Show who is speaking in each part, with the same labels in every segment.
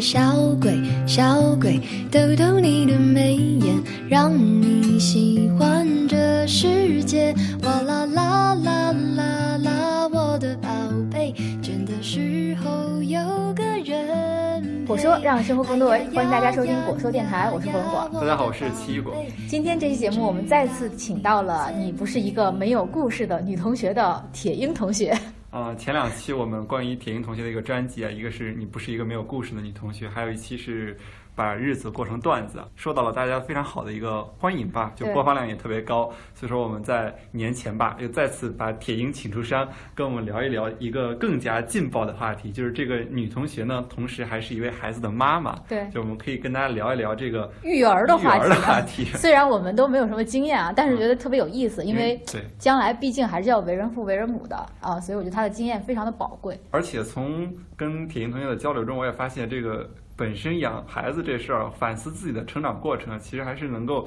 Speaker 1: 小鬼，小鬼，抖抖你的眉眼，让你喜欢这世界。哇啦啦啦啦啦，我的宝贝，倦的时候有个人陪。
Speaker 2: 果说让生活更多维，欢迎大家收听果说电台，我是火龙果。
Speaker 3: 大家好我是奇异果。
Speaker 2: 今天这期节目，我们再次请到了你不是一个没有故事的女同学的铁英同学。
Speaker 3: 呃，前两期我们关于铁英同学的一个专辑啊，一个是你不是一个没有故事的女同学，还有一期是把日子过成段子，啊受到了大家非常好的一个欢迎吧，就
Speaker 2: 对
Speaker 3: 播放量也特别高。所以说我们在年前吧，又再次把铁英请出山，跟我们聊一聊一个更加劲爆的话题，就是这个女同学呢，同时还是一位孩子的妈妈。
Speaker 2: 对
Speaker 3: 就我们可以跟大家聊一聊这个
Speaker 2: 育儿的话
Speaker 3: 育
Speaker 2: 题
Speaker 3: 儿的话题。
Speaker 2: 虽然我们都没有什么经验啊，但是觉得特别有意思，因为
Speaker 3: 嗯对，
Speaker 2: 将来毕竟还是要为人父为人母的啊，所以我觉得他的经验非常的宝贵。
Speaker 3: 而且从跟铁英同学的交流中，我也发现这个本身养孩子这事儿，啊反思自己的成长过程，其实还是能够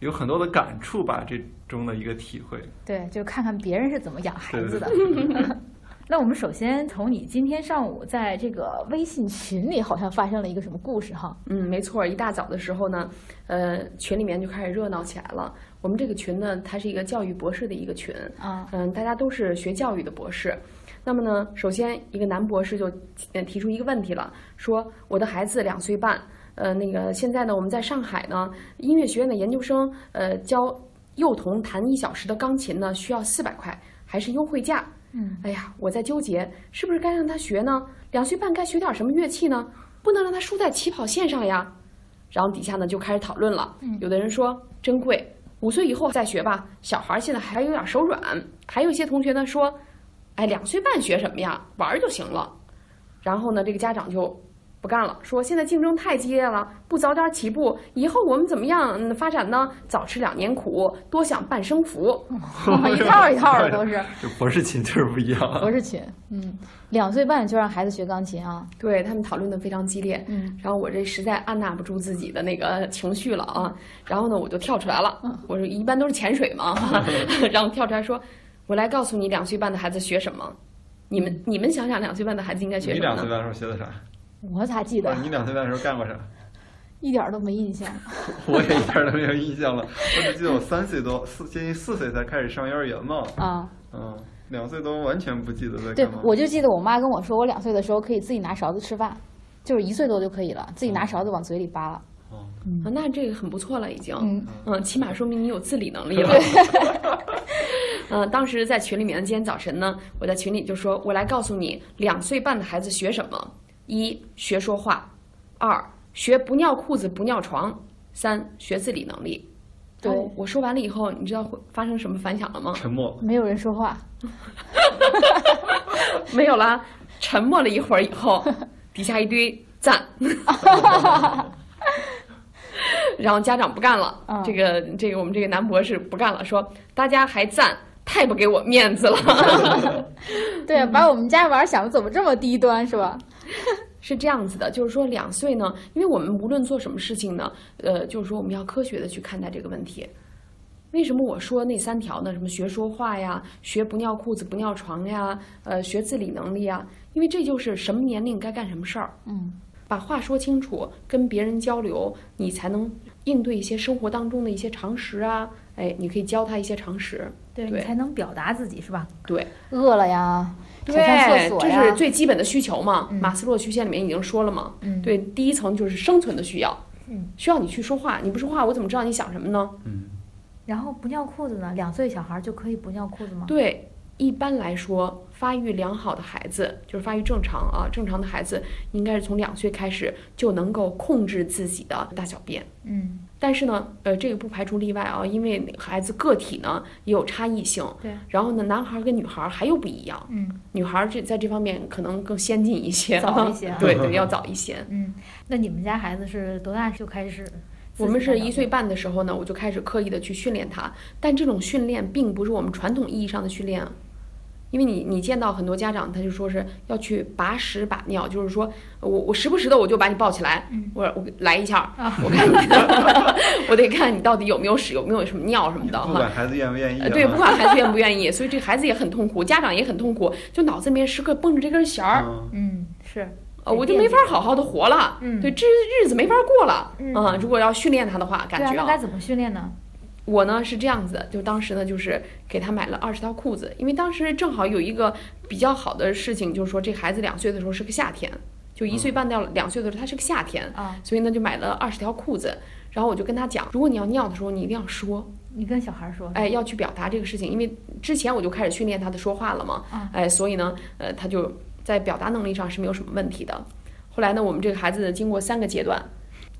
Speaker 3: 有很多的感触吧，这中的一个体 会。
Speaker 2: 对，就看看别人是怎么养孩子的
Speaker 3: 对。
Speaker 2: 那我们首先从你今天上午在这个微信群里好像发生了一个什么故事哈？
Speaker 4: 嗯，没错，一大早的时候呢，呃，群里面就开始热闹起来了。我们这个群呢，它是一个教育博士的一个群，
Speaker 2: 啊，
Speaker 4: 嗯，大家都是学教育的博士。那么呢，首先一个男博士就呃提出一个问题了，说我的孩子两岁半，呃，那个现在呢，我们在上海呢，音乐学院的研究生，呃，教幼童弹一小时的钢琴呢，需要四百块，还是优惠价。
Speaker 2: 嗯，
Speaker 4: 哎呀，我在纠结是不是该让他学呢？两岁半该学点什么乐器呢？不能让他输在起跑线上呀。然后底下呢就开始讨论了，有的人说真贵，五岁以后再学吧，小孩现在还有点手软。还有一些同学呢说，哎，两岁半学什么呀，玩儿就行了。然后呢，这个家长就不干了，说现在竞争太激烈了，不早点起步，以后我们怎么样嗯发展呢？早吃两年苦，多享半生福。
Speaker 2: 哦一套一套的都是
Speaker 3: 这博士群 就是不一样 啊。
Speaker 2: 博士群。嗯，两岁半就让孩子学钢琴啊？
Speaker 4: 对他们讨论的非常激烈，
Speaker 2: 嗯，
Speaker 4: 然后我这实在按捺不住自己的那个情绪了啊，然后呢我就跳出来了，我说一般都是潜水嘛，然后跳出来说，我来告诉你两岁半的孩子学什么，你们你们想想两岁半的孩子应该学
Speaker 3: 你
Speaker 4: 什
Speaker 3: 两
Speaker 4: 么
Speaker 3: 岁
Speaker 4: 呢？
Speaker 3: 半的时候学的啥？
Speaker 2: 我咋记得
Speaker 3: 啊，你两岁半的时候干过啥？
Speaker 2: 一点儿都没印 象。
Speaker 3: 我也一点儿都没有印象了，我只记得我三岁多，四接近四岁才开始上幼儿园嘛。
Speaker 2: 啊，
Speaker 3: 嗯，两岁多完全不记得在
Speaker 2: 对
Speaker 3: 干嘛，。
Speaker 2: 我就记得我妈跟我说，我两岁的时候可以自己拿勺子吃饭，就是一岁多就可以了，自己拿
Speaker 4: 嗯
Speaker 2: 勺子往嘴里扒了。
Speaker 3: 哦？
Speaker 4: 啊，那这个很不错了，已经，
Speaker 2: 嗯
Speaker 4: 嗯，起码说明你有自理能力了。 嗯，当时在群里面，今天早晨呢，我在群里就说，我来告诉你，两岁半的孩子学什么：一学说话，二学不尿裤子不尿床，三学自理能力。
Speaker 2: 对
Speaker 4: 哦我说完了以后，你知道会发生什么反响了吗
Speaker 3: 沉默。
Speaker 2: 没有人说话，
Speaker 4: 没有啦，沉默了一会儿以后，底下一堆赞。然后家长不干了，
Speaker 2: 嗯
Speaker 4: 这个这个我们这个男博士不干了，说大家还赞，太不给我面子了。嗯
Speaker 2: 对，把我们家娃儿想的怎么这么低端是吧？
Speaker 4: 是这样子的，就是说两岁呢，因为我们无论做什么事情呢，呃，就是说我们要科学的去看待这个问题。为什么我说那三条呢？什么学说话呀，学不尿裤子不尿床呀，呃，学自理能力呀？因为这就是什么年龄该干什么事儿。
Speaker 2: 嗯，
Speaker 4: 把话说清楚，跟别人交流，你才能应对一些生活当中的一些常识啊。哎，你可以教他一些常识。
Speaker 5: 对
Speaker 4: 对
Speaker 5: 你才能表达自己是吧？
Speaker 4: 对，
Speaker 2: 饿了呀，想上厕
Speaker 4: 对，
Speaker 2: 所
Speaker 4: 这
Speaker 2: 呀嗯
Speaker 4: 是，最基本的需求嘛。马斯洛曲线里面已经说了嘛，
Speaker 5: 嗯
Speaker 4: 对，第一层就是生存的需要，
Speaker 5: 嗯
Speaker 4: 需要你去说话，你不说话，我怎么知道你想什么呢？
Speaker 3: 嗯，
Speaker 5: 然后不尿裤子呢？两岁小孩就可以不尿裤子吗？
Speaker 4: 对，一般来说，发育良好的孩子，就是发育正常啊，正常的孩子应该是从两岁开始就能够控制自己的大小便。
Speaker 5: 嗯，
Speaker 4: 但是呢，呃，这个不排除例外啊，因为孩子个体呢也有差异性。
Speaker 5: 对。
Speaker 4: 然后呢，男孩儿跟女孩儿还又不一样。
Speaker 5: 嗯。
Speaker 4: 女孩儿这在这方面可能更先进一些，
Speaker 5: 早一些啊
Speaker 4: 对对，要早一些。
Speaker 5: 嗯，那你们家孩子是多大就开始？
Speaker 4: 我们是一岁。半的时候呢，我就开始刻意的去训练他，但这种训练并不是我们传统意义上的训练啊，因为你你见到很多家长，他就说是要去把屎把尿，就是说我我时不时的我就把你抱起来，
Speaker 5: 嗯
Speaker 4: 我我来一下，
Speaker 5: 啊
Speaker 4: 我看你， 我得看你到底有没有屎，有没有什么尿什么的
Speaker 3: 不
Speaker 4: 哈。
Speaker 3: 管孩子愿不愿意啊。
Speaker 4: 呃对，不管孩子愿不愿意，所以这孩子也很痛苦，家长也很痛苦，就脑子里面时刻绷着这根弦儿，
Speaker 3: 嗯
Speaker 5: 嗯，是
Speaker 4: 呃，我就没法好好的活了，
Speaker 5: 嗯
Speaker 4: 对，这日子没法过了，
Speaker 5: 嗯
Speaker 4: 啊如果要训练他的话，
Speaker 5: 对
Speaker 4: 感
Speaker 5: 啊，
Speaker 4: 觉
Speaker 5: 那
Speaker 4: 啊，
Speaker 5: 该怎么训练呢？
Speaker 4: 我呢是这样子的，就当时呢就是给他买了二十条裤子，因为当时正好有一个比较好的事情，就是说这孩子两岁的时候是个夏天，就一岁半到两岁的时候他是个夏天，
Speaker 5: 啊，
Speaker 4: 所以呢就买了二十条裤子。然后我就跟他讲，如果你要尿的时候，你一定要说，
Speaker 5: 你跟小孩说，
Speaker 4: 哎，要去表达这个事情，因为之前我就开始训练他的说话了嘛，
Speaker 5: 嗯
Speaker 4: 哎，所以呢，呃，他就在表达能力上是没有什么问题的。后来呢，我们这个孩子经过三个阶段，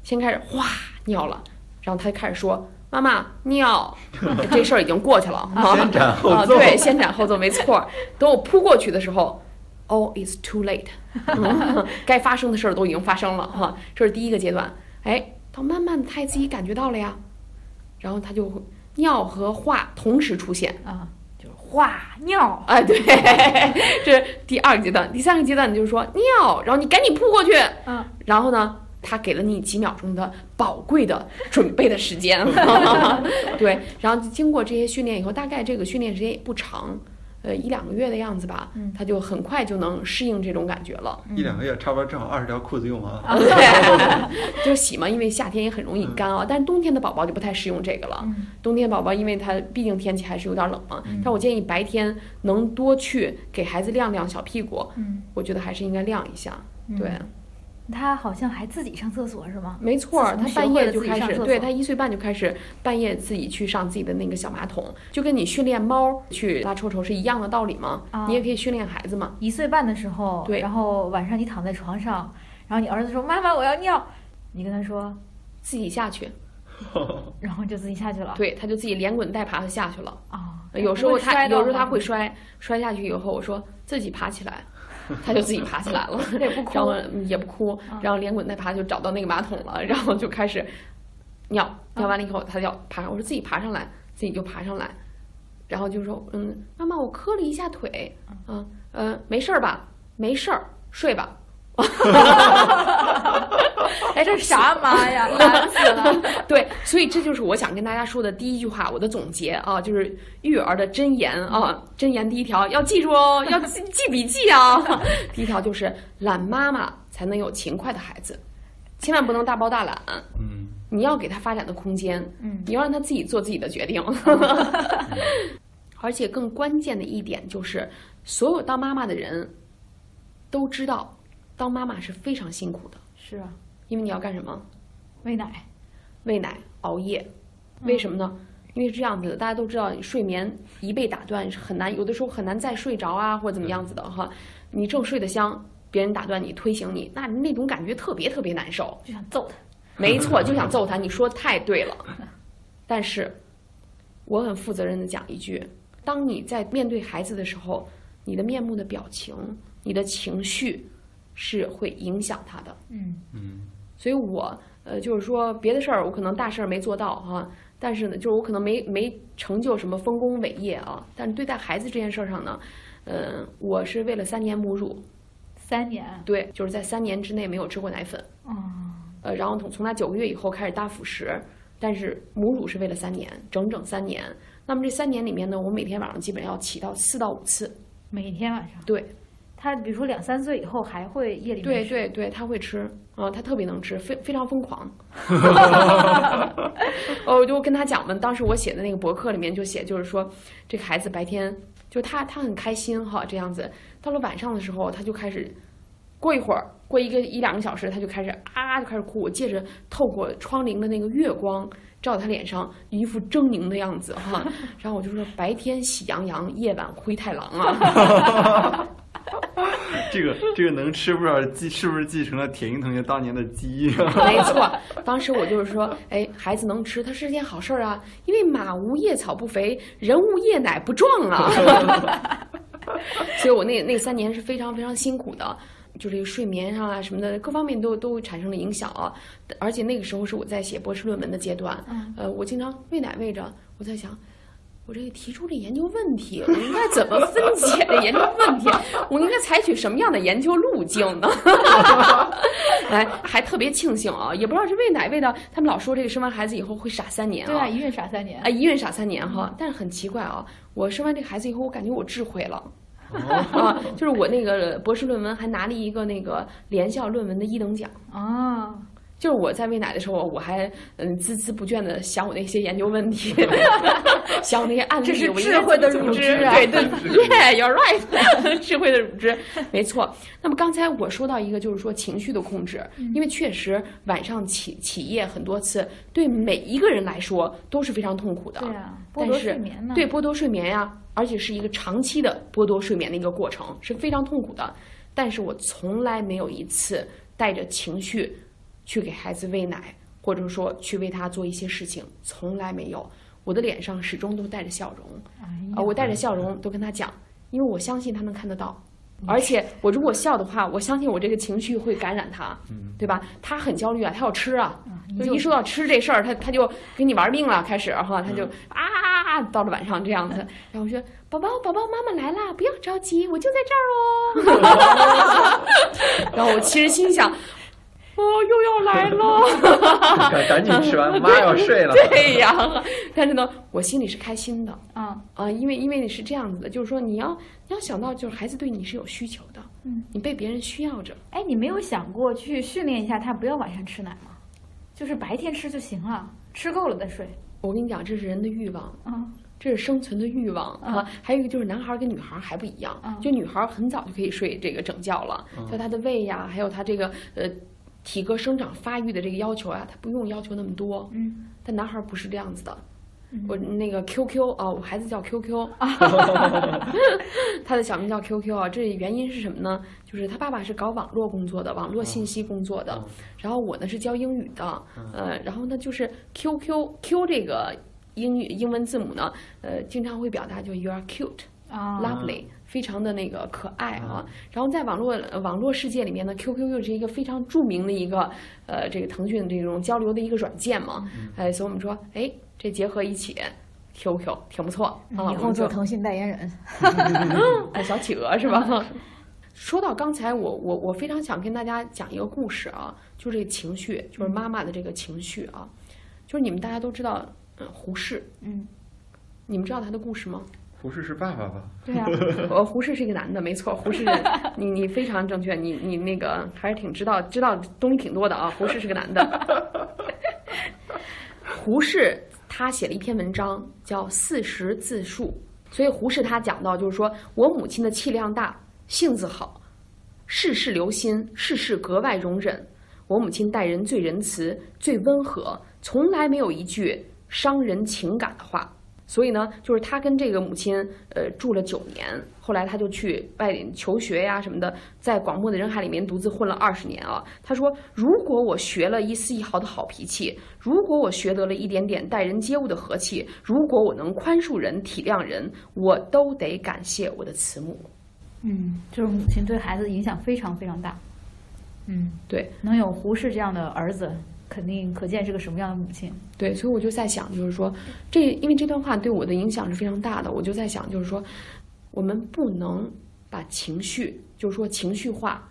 Speaker 4: 先开始哗尿了，然后他就开始说。妈妈尿， 这事儿已经过去了。
Speaker 2: 哦
Speaker 3: 先斩后
Speaker 4: 啊，
Speaker 3: 奏
Speaker 4: 对，先斩后奏，没错。等我扑过去的时候，all is too late，嗯 该发生的事儿都已经发生了哈。这是第一个阶段。哎，到慢慢的他也自己感觉到了呀，然后他就会尿和化同时出现。
Speaker 5: 啊，就是化尿，
Speaker 4: 哎，对，这是第二个阶段。第三个阶段就是说尿，然后你赶紧扑过去，
Speaker 5: 嗯，
Speaker 4: 然后呢，他给了你几秒钟的宝贵的 准备的时间，对，然后经过这些训练以后，大概这个训练时间也不长，呃，一两个月的样子吧，
Speaker 5: 嗯
Speaker 4: 他就很快就能适应这种感觉了。
Speaker 3: 一两个月差不多正好二十条裤子用完了。
Speaker 4: 对，就是洗嘛，因为夏天也很容易干啊，但是冬天的宝宝就不太适用这个了。
Speaker 5: 嗯
Speaker 4: 冬天宝宝因为他毕竟天气还是有点冷嘛，但我建议白天能多去给孩子晾晾小屁股，
Speaker 5: 嗯，
Speaker 4: 我觉得还是应该晾一下。对，
Speaker 5: 他好像还自己上厕所是吗？
Speaker 4: 没错儿，
Speaker 5: 自从学
Speaker 4: 他半
Speaker 5: 会
Speaker 4: 夜
Speaker 5: 了
Speaker 4: 就
Speaker 5: 自己
Speaker 4: 开
Speaker 5: 上
Speaker 4: 始，
Speaker 5: 厕
Speaker 4: 对
Speaker 5: 所
Speaker 4: 他一岁半就开始半夜自己去上自己的那个小马桶，就跟你训练猫去拉臭臭是一样的道理嘛。
Speaker 5: 啊
Speaker 4: 你也可以训练孩子嘛。
Speaker 5: 一岁半的时候，
Speaker 4: 对
Speaker 5: 然后晚上你躺在床上，然后你儿子说妈妈我要尿，你跟他说，
Speaker 4: 自己下去，嗯
Speaker 5: 然后就自己下去了。
Speaker 4: 对，他就自己连滚带爬的下去了。
Speaker 5: 啊，
Speaker 4: 有时候
Speaker 5: 不会
Speaker 4: 他
Speaker 5: 摔到
Speaker 4: 有时候
Speaker 5: 吗
Speaker 4: 他会摔，摔下去以后，我说自己爬起来，他就自己爬起来了，
Speaker 5: 也不哭
Speaker 4: 然后嗯也不哭，然后连滚带爬就找到那个马桶了，然后就开始尿，
Speaker 5: 嗯
Speaker 4: 尿完了以后他就要爬，我说自己爬上来，自己就爬上来，然后就说嗯，妈妈我磕了一下腿，
Speaker 5: 嗯
Speaker 4: 啊呃没事儿吧，没事儿，睡吧，
Speaker 5: 哎，这是 啥妈呀，难死了！
Speaker 4: 对，所以这就是我想跟大家说的第一句话，我的总结啊，就是育儿的箴言啊，箴言第一条要记住哦，要记 记笔记啊。第一条就是懒妈妈才能有勤快的孩子，千万不能大包大揽，
Speaker 3: 嗯，
Speaker 4: 你要给他发展的空间，
Speaker 5: 嗯
Speaker 4: 你要让他自己做自己的决定。 而且更关键的一点就是，所有当妈妈的人都知道，当妈妈是非常辛苦的，
Speaker 5: 是啊，
Speaker 4: 因为你要干什么？
Speaker 5: 喂奶，
Speaker 4: 喂奶、熬夜，为什么呢？因为是这样子的，大家都知道，睡眠一被打断是很难，有的时候很难再睡着啊，或者怎么样子的哈。你正睡得香，别人打断你、推醒你，那那种感觉特别特别难受。
Speaker 5: 就想揍他。
Speaker 4: 没错，就想揍他。你说太对了，但是我很负责任的讲一句：当你在面对孩子的时候，你的面目的表情、你的情绪是会影响他的。
Speaker 5: 嗯
Speaker 4: 所以我呃，就是说别的事儿我可能大事儿没做到哈、但是呢，就是我可能没没成就什么丰功伟业啊，但是对待孩子这件事儿上呢，嗯、我是为了三年母乳，
Speaker 5: 三年，
Speaker 4: 对，就是在三年之内没有吃过奶粉，
Speaker 5: 嗯，
Speaker 4: 呃，然后从从他九个月以后开始大辅食，但是母乳是喂了三年，整整三年。那么这三年里面呢，我每天晚上基本要起到四到五次，
Speaker 5: 每天晚上。
Speaker 4: 对
Speaker 5: 他比如说两三岁以后还会夜里
Speaker 4: 对
Speaker 5: 面吃，
Speaker 4: 对对，他会吃啊，他特别能吃，非非常 疯狂。哦，我就跟他讲嘛，当时我写的那个博客里面就写，就是说这个孩子白天就他他很开心哈，这样子，到了晚上的时候他就开始，过一会儿过一个一两个小时他就开始啊就开始哭，我借着透过窗棂的那个月光照他脸上一副狰狞的样子哈， 然后我就说白天喜羊羊，夜晚灰太狼啊。
Speaker 3: 这个这个能吃不少继是不是继承了铁英同学当年的基因 啊？
Speaker 4: 没错，当时我就是说，哎，孩子能吃，它是件好事儿啊，因为马无夜草不肥，人无夜奶不壮啊。所以我那那三年是非常非常辛苦的，就这个睡眠上啊什么的，各方面都都产生了影响啊。而且那个时候是我在写博士论文的阶段，
Speaker 5: 嗯
Speaker 4: 呃，我经常喂奶喂着，我在想。我这个提出这研究问题，我应该怎么分解这研究问题？ 我应该采取什么样的研究路径呢？ 哎，还特别庆幸啊，也不知道是喂奶喂的，他们老说这个生完孩子以后会傻三年啊。
Speaker 2: 对啊，一嗯孕傻三年
Speaker 4: 啊，。一孕傻三年哈，但是很奇怪啊，我生完这个孩子以后，我感觉我智慧了，
Speaker 3: 哦
Speaker 4: 啊，就是我那个博士论文还拿了一个那个联校论文的一等奖。
Speaker 5: 啊，
Speaker 4: 就是我在喂奶的时候，我还嗯孜孜不倦的想我那些研究问 题，想我那些案例，
Speaker 5: 这是
Speaker 4: 我应
Speaker 5: 智
Speaker 4: 该
Speaker 5: 慧的
Speaker 4: 怎么
Speaker 5: 乳
Speaker 4: 组织
Speaker 5: 汁啊
Speaker 4: 对 对，Yeah，you're right，智 慧的乳汁，没错。那么刚才我说到一个，就是说情绪的控制，
Speaker 5: 嗯
Speaker 4: 因为确实晚上起起夜很多次，对每一个人来说都是非常痛苦的。
Speaker 5: 对啊，
Speaker 4: 但
Speaker 5: 剥夺
Speaker 4: 是
Speaker 5: 睡眠呢？
Speaker 4: 对，剥夺睡眠呀、而且是一个长期的剥夺睡眠的一个过程，是非常痛苦的。但是我从来没有一次带着情绪去给孩子喂奶，或者说去为他做一些事情，从来没有。我的脸上始终都带着笑容，
Speaker 5: 哎
Speaker 4: 啊、我
Speaker 6: 嗯
Speaker 4: 带着笑容都跟他讲，因为我相信他能看得到。
Speaker 6: 嗯
Speaker 4: 而且我如果笑的话，我相信我这个情绪会感染他，
Speaker 6: 嗯
Speaker 4: 对吧？他很焦虑啊，他要吃啊，
Speaker 5: 你
Speaker 4: 就
Speaker 5: 就
Speaker 4: 一说到吃这事儿，他他就跟你玩命了，开始哈，他就
Speaker 6: 嗯
Speaker 4: 啊啊啊，到了晚上这样子， 然后我说宝宝宝宝，妈妈来啦，不要着急，我就在这儿哦。 然后我其实心想，哦，又要来了，
Speaker 6: 赶赶紧吃 完，妈要睡了。
Speaker 4: 对呀。 但是呢，我心里是开心的
Speaker 5: 啊
Speaker 4: 啊，因为因为你是这样子的，就是说你要你要想到，就是孩子对你是有需求的，
Speaker 5: 嗯，
Speaker 4: 你被别人需要着。
Speaker 5: 哎，你没有想过去训练一下他不要晚上吃奶吗？就是白天吃就行了，吃够了再睡。
Speaker 4: 我跟你讲，这是人的欲望，
Speaker 5: 啊，
Speaker 4: 这是生存的欲望
Speaker 5: 嗯
Speaker 4: 啊。还有一个就是男孩儿跟女孩儿还不一样
Speaker 5: 嗯，
Speaker 4: 就女孩儿很早就可以睡这个整觉了，所以她的胃呀，还有她这个呃体格生长发育的这个要求啊，她不用要求那么多。
Speaker 5: 嗯，
Speaker 4: 但男孩儿不是这样子的。我那个 QQ 啊，我孩子 叫 QQ 他的小名叫 QQ 啊。这原因是什么呢？就是他爸爸是搞网络工作的，网络信息工作的，然后我呢是教英语的，呃，然后呢就是 QQ Q 这个英语英文字母呢，呃，经常会表达就 you are cute
Speaker 5: 啊，
Speaker 4: lovely，非常的那个可爱啊。然后在网络呃网络世界里面呢，QQ 又是一个非常著名的一个呃这个腾讯这种交流的一个软件嘛，哎，所以我们说，哎，这结合一起。QQ 挺不错
Speaker 5: 嗯
Speaker 4: 啊，
Speaker 2: 以
Speaker 4: 我
Speaker 2: 后
Speaker 4: 们就
Speaker 2: 做腾讯代言人，
Speaker 4: 哎，小企鹅是吧？说到刚才我我我非常想跟大家讲一个故事啊，就这个情绪，就是妈妈的这个情绪啊，就是你们大家都知道，嗯，胡适，
Speaker 5: 嗯，
Speaker 4: 你们知道他的故事吗？
Speaker 6: 胡适是爸爸吧？
Speaker 5: 对 啊，
Speaker 4: 呃，胡适是一个男的，没错，胡适，你你非常正确，你你那个还是挺知道知道东西挺多的啊。胡适是个男的，胡适他写了一篇文章叫《四十自述》，所以胡适他讲到就是说我母亲的气量大，性子好，事事留心，事事格外容忍。我母亲待人最仁慈，最温和，从来没有一句伤人情感的话。所以呢，就是他跟这个母亲呃住了九年，后来他就去外地求学呀什么的，在广漠的人海里面独自混了二十年啊。他说，如果我学了一丝一毫的好脾气，如果我学得了一点点待人接物的和气，如果我能宽恕人、体谅人，我都得感谢我的慈母。
Speaker 5: 嗯，就是母亲对孩子的影响非常非常大。嗯，
Speaker 4: 对，
Speaker 5: 能有胡适这样的儿子，肯定可见是个什么样的母 亲。
Speaker 4: 对，所以我就在想，就是说，这因为这段话对我的影响是非常大的，我就在想，就是说，我们不能把情绪，就是说情绪化，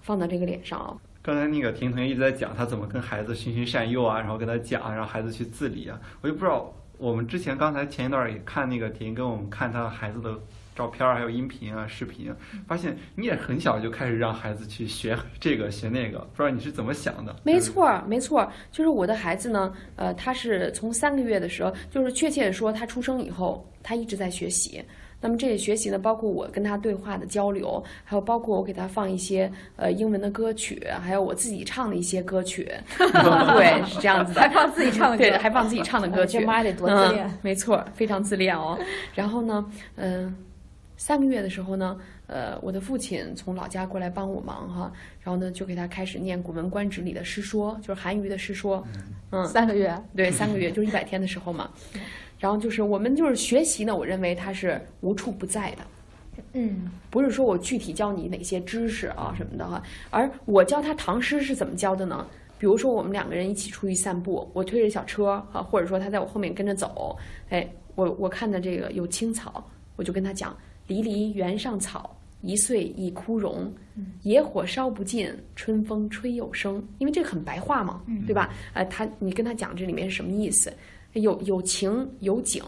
Speaker 4: 放到这个脸上啊。
Speaker 3: 刚才那个婷婷一直在讲她怎么跟孩子循循善诱啊，然后跟他讲，让孩子去自理啊。我就不知道，我们之前刚才前一段也看那个婷跟我们看她孩子的照片儿还有音频啊、视频啊，
Speaker 4: 嗯
Speaker 3: 发现你也很小就开始让孩子去学这个学那个，不知道你是怎么想的？
Speaker 4: 没，错儿，没错儿，就是我的孩子呢，呃，他是从三个月的时候，就是确切的说，他出生以后，他一直在学习。那么这些学习呢，包括我跟他对话的交流，还有包括我给他放一些呃英文的歌曲，还有我自己唱的一些歌曲， 对，是这样子的，还放自己唱的
Speaker 2: 歌
Speaker 4: 对，还放自己唱的歌曲，
Speaker 2: 哎这妈得多自恋
Speaker 4: 嗯，没错，非常自恋哦。然后呢，嗯、三个月的时候呢，呃，我的父亲从老家过来帮我忙哈，然后呢就给他开始念《古文观止》里的诗说，就是韩愈的诗说，嗯，
Speaker 2: 三个月，
Speaker 4: 对，三个月就是一百天的时候嘛。然后就是我们就是学习呢，我认为它是无处不在的。
Speaker 2: 嗯，
Speaker 4: 不是说我具体教你哪些知识啊什么的哈，而我教他唐诗是怎么教的呢？比如说我们两个人一起出去散步，我推着小车啊，或者说他在我后面跟着走，哎，我我看到这个有青草，我就跟他讲：“离离原上草，一岁一枯荣。野火烧不尽，春风吹又生。”因为这个很白话嘛，对吧？呃，他你跟他讲这里面是什么意思？有有情有景，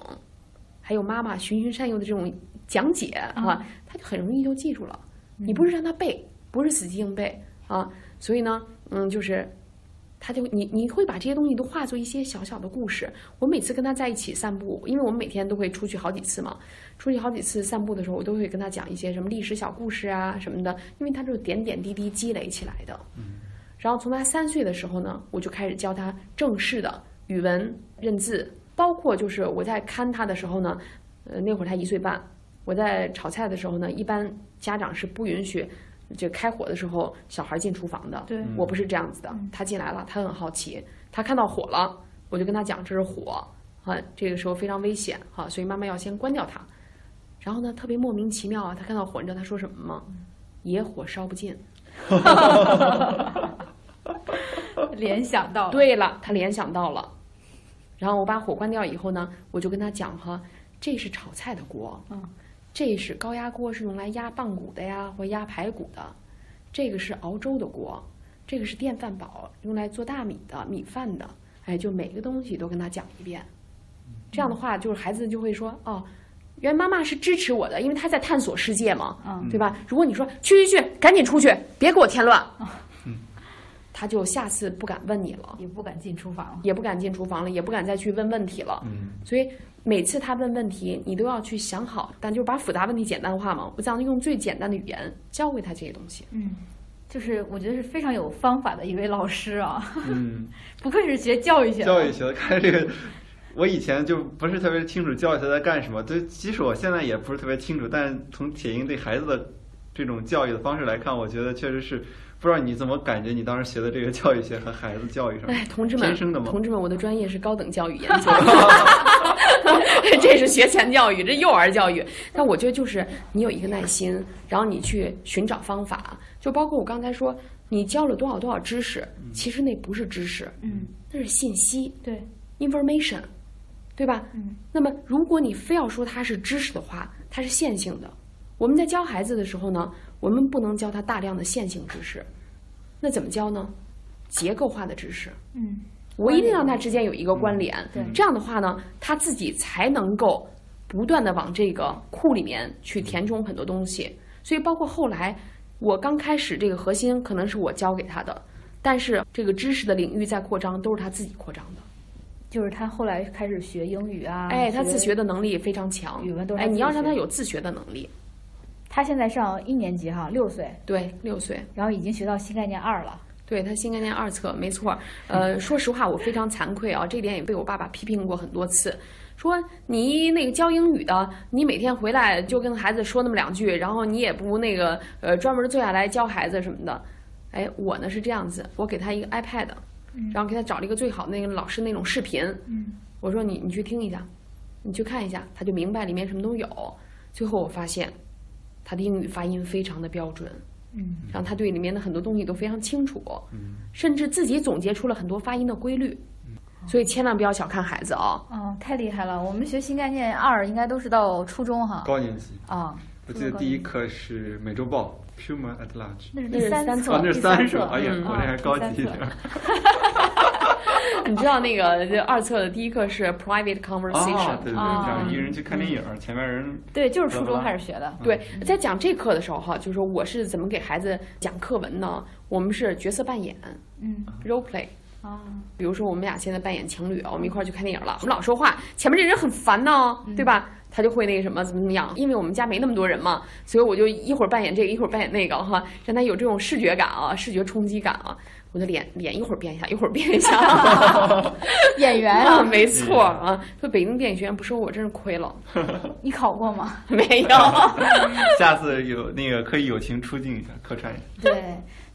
Speaker 4: 还有妈妈循循善诱的这种讲解啊，他就很容易就记住了。你不是让他背，不是死记硬背啊，所以呢，嗯，就是他就你你会把这些东西都化作一些小小的故事。我每次跟他在一起散步，因为我们每天都会出去好几次嘛，出去好几次散步的时候，我都会跟他讲一些什么历史小故事啊什么的，因为他就是点点滴滴积累起来的。然后从他三岁的时候呢，我就开始教他正式的语文认字，包括就是我在看他的时候呢，呃，那会儿他一岁半，我在炒菜的时候呢，一般家长是不允许。就开火的时候，小孩进厨房的。
Speaker 5: 对嗯
Speaker 4: 我不是这样子的。他进来了，他很好奇，他看到火了，我就跟他讲这是火，啊，这个时候非常危险，哈、所以妈妈要先关掉它。然后呢，特别莫名其妙啊，他看到火，你知道他说什么吗？野火烧不尽。
Speaker 5: 联想到了
Speaker 4: 嗯 对了，他联想到了。然后我把火关掉以后呢，我就跟他讲哈，这是炒菜的锅，
Speaker 5: 嗯，
Speaker 4: 这是高压锅，是用来压棒骨的呀，或压排骨的，这个是熬粥的锅，这个是电饭煲，用来做大米的米饭的，哎，就每个东西都跟他讲一遍。这样的话，就是孩子就会说哦，原来妈妈是支持我的，因为他在探索世界嘛，
Speaker 5: 嗯
Speaker 4: 对吧？如果你说去去去，赶紧出去，别给我添乱，
Speaker 5: 嗯
Speaker 4: 他就下次不敢问你了。
Speaker 5: 也不敢进厨房了。
Speaker 4: 也不敢进厨房了，也不敢再去问问题了。
Speaker 3: 嗯，
Speaker 4: 所以每次他问问题，你都要去想好，但就把复杂问题简单化嘛。我想用最简单的语言教会他这些东西。
Speaker 5: 嗯，就是我觉得是非常有方法的一位老师啊，
Speaker 3: 嗯，
Speaker 5: 不愧是学教育学的。
Speaker 3: 教育学的，看这个，我以前就不是特别清楚教育学在干什么，对，即使我现在也不是特别清楚，但是从铁英对孩子的这种教育的方式来看，我觉得确实是，不知道你怎么感觉你当时学的这个教育学和孩子教育上，
Speaker 4: 哎，同志
Speaker 3: 嗯
Speaker 4: 们
Speaker 3: 天生的，吗？
Speaker 4: 同志们，我的专业是高等教育研 究， 这是学前教育，这幼儿教育。但我觉得就是你有一个耐心，然后你去寻找方法，就包括我刚才说，你教了多少多少知识，
Speaker 3: 嗯
Speaker 4: 其实那不是知识，
Speaker 5: 嗯，
Speaker 4: 那是信息
Speaker 5: 对，
Speaker 4: （information），对吧？
Speaker 5: 嗯，
Speaker 4: 那么，如果你非要说它是知识的话，它是线性的。我们在教孩子的时候呢，我们不能教他大量的线性知识，那怎么教呢？结构化的知识，
Speaker 5: 嗯，
Speaker 4: 我一定让他之间有一个关联。
Speaker 5: 对
Speaker 4: 这样的话呢，他自己才能够不断的往这个库里面去填充很多东西。所以，包括后来我刚开始这个核心可能是我教给他的，但是这个知识的领域在扩张，都是他自己扩张的。
Speaker 5: 就是他后来开始学英语啊，
Speaker 4: 哎，他自学的能力非常强
Speaker 5: 语文都。是他
Speaker 4: 哎，你要
Speaker 5: 自己
Speaker 4: 让他
Speaker 5: 学
Speaker 4: 有自学的能力。
Speaker 5: 他现在上一年级哈，六岁，
Speaker 4: 对，六岁，
Speaker 5: 然后已经学到新概念二了。
Speaker 4: 对他新概念二册，没错儿。呃，说实话，我非常惭愧啊，这点也被我爸爸批评过很多次，说你那个教英语的，你每天回来就跟孩子说那么两句，然后你也不那个呃专门坐下来教孩子什么的。哎，我呢是这样子，我给他一个 iPad，然后给他找了一个最好的那个老师那种视频，
Speaker 5: 嗯，
Speaker 4: 我说你你去听一下，你去看一下，他就明白里面什么都有。最后我发现，他的英语发音非常的标准，
Speaker 5: 嗯，
Speaker 4: 然后他对里面的很多东西都非常清楚，嗯，甚至自己总结出了很多发音的规律。所以千万不要小看孩子啊！
Speaker 5: 哦，太厉害了！我们学新概念二应该都是到初中哈。
Speaker 3: 高年级，
Speaker 5: 啊，
Speaker 3: 我记得第一课是美洲豹 （Puma at Large）。
Speaker 5: 那是
Speaker 4: 那
Speaker 5: 第
Speaker 4: 是三
Speaker 5: 册
Speaker 3: 啊，，那
Speaker 5: 第
Speaker 3: 是三是
Speaker 5: 册
Speaker 3: 吧？哎呀，
Speaker 5: 嗯哦
Speaker 3: 我这还
Speaker 5: 第
Speaker 3: 高
Speaker 5: 三
Speaker 3: 级一
Speaker 5: 册
Speaker 3: 点儿。
Speaker 4: 你知道那个这二册的第一课是 private
Speaker 3: 啊
Speaker 4: conversation，，
Speaker 3: 对对对，这
Speaker 5: 啊嗯
Speaker 3: 样一人去看电影儿，前面人
Speaker 5: 对，就是初中开始学的。
Speaker 4: 对，在讲这课的时候哈，就是说我是怎么给孩子讲课文呢？我们是角色扮演
Speaker 5: 嗯
Speaker 4: role play，
Speaker 5: 啊，
Speaker 4: 比如说我们俩现在扮演情侣啊，我们一块儿去看电影了，我们老说话，前面这人很烦呢，
Speaker 5: 嗯
Speaker 4: 对吧？他就会那个什么怎么怎么样，因为我们家没那么多人嘛，所以我就一会儿扮演这个，一会儿扮演那个哈，让他有这种视觉感啊，视觉冲击感啊。我的脸脸一会儿变一下，一会儿变一下，
Speaker 5: 演员
Speaker 4: 啊，
Speaker 5: 啊，
Speaker 4: 没错啊。说北京电影学院不收我，真是亏了，
Speaker 5: 你考过吗？
Speaker 4: 没 有。
Speaker 3: 下次有那个可以友情出镜一下，客串一下。
Speaker 5: 对，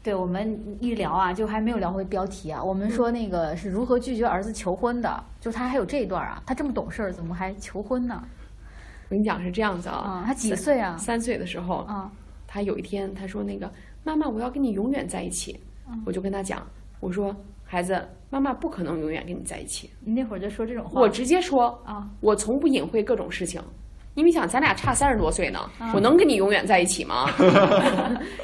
Speaker 5: 对，我们一聊啊，就还没有聊回标题啊。我们说那个是如何拒绝儿子求婚的，就他还有这一段啊，他这么懂事儿，怎么还求婚呢？
Speaker 4: 我跟你讲是这样子啊
Speaker 5: 啊，，他几岁啊？
Speaker 4: 三岁的时候，
Speaker 5: 啊，
Speaker 4: 他有一天他说那个妈妈，我要跟你永远在一起。我就跟他讲，我说孩子，妈妈不可能永远跟你在一起。
Speaker 5: 你那会儿就说这种话
Speaker 4: 我直接说，
Speaker 5: 啊，
Speaker 4: 我从不隐晦各种事情。因为想咱俩差三十多岁呢，我能跟你永远在一起吗？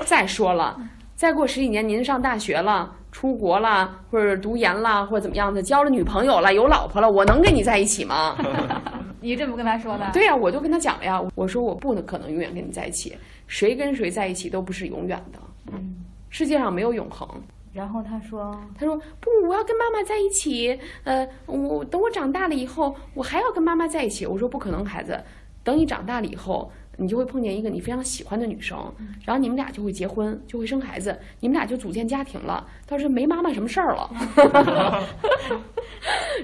Speaker 4: 再说了，再过十几年您上大学了，出国了，或者读研了，或者怎么样的，交了女朋友了，有老婆了，我能跟你在一起吗？
Speaker 5: 你这么跟他说的？
Speaker 4: 对呀、我就跟他讲了呀，我说我不能可能永远跟你在一起，谁跟谁在一起都不是永远的，世界上没有永恒。
Speaker 5: 嗯然后他说，
Speaker 4: 他说不，我要跟妈妈在一起，呃，我等我长大了以后，我还要跟妈妈在一起。我说不可能，孩子，等你长大了以后。你就会碰见一个你非常喜欢的女生，然后你们俩就会结婚，就会生孩子，你们俩就组建家庭了。到时候没妈妈什么事儿了。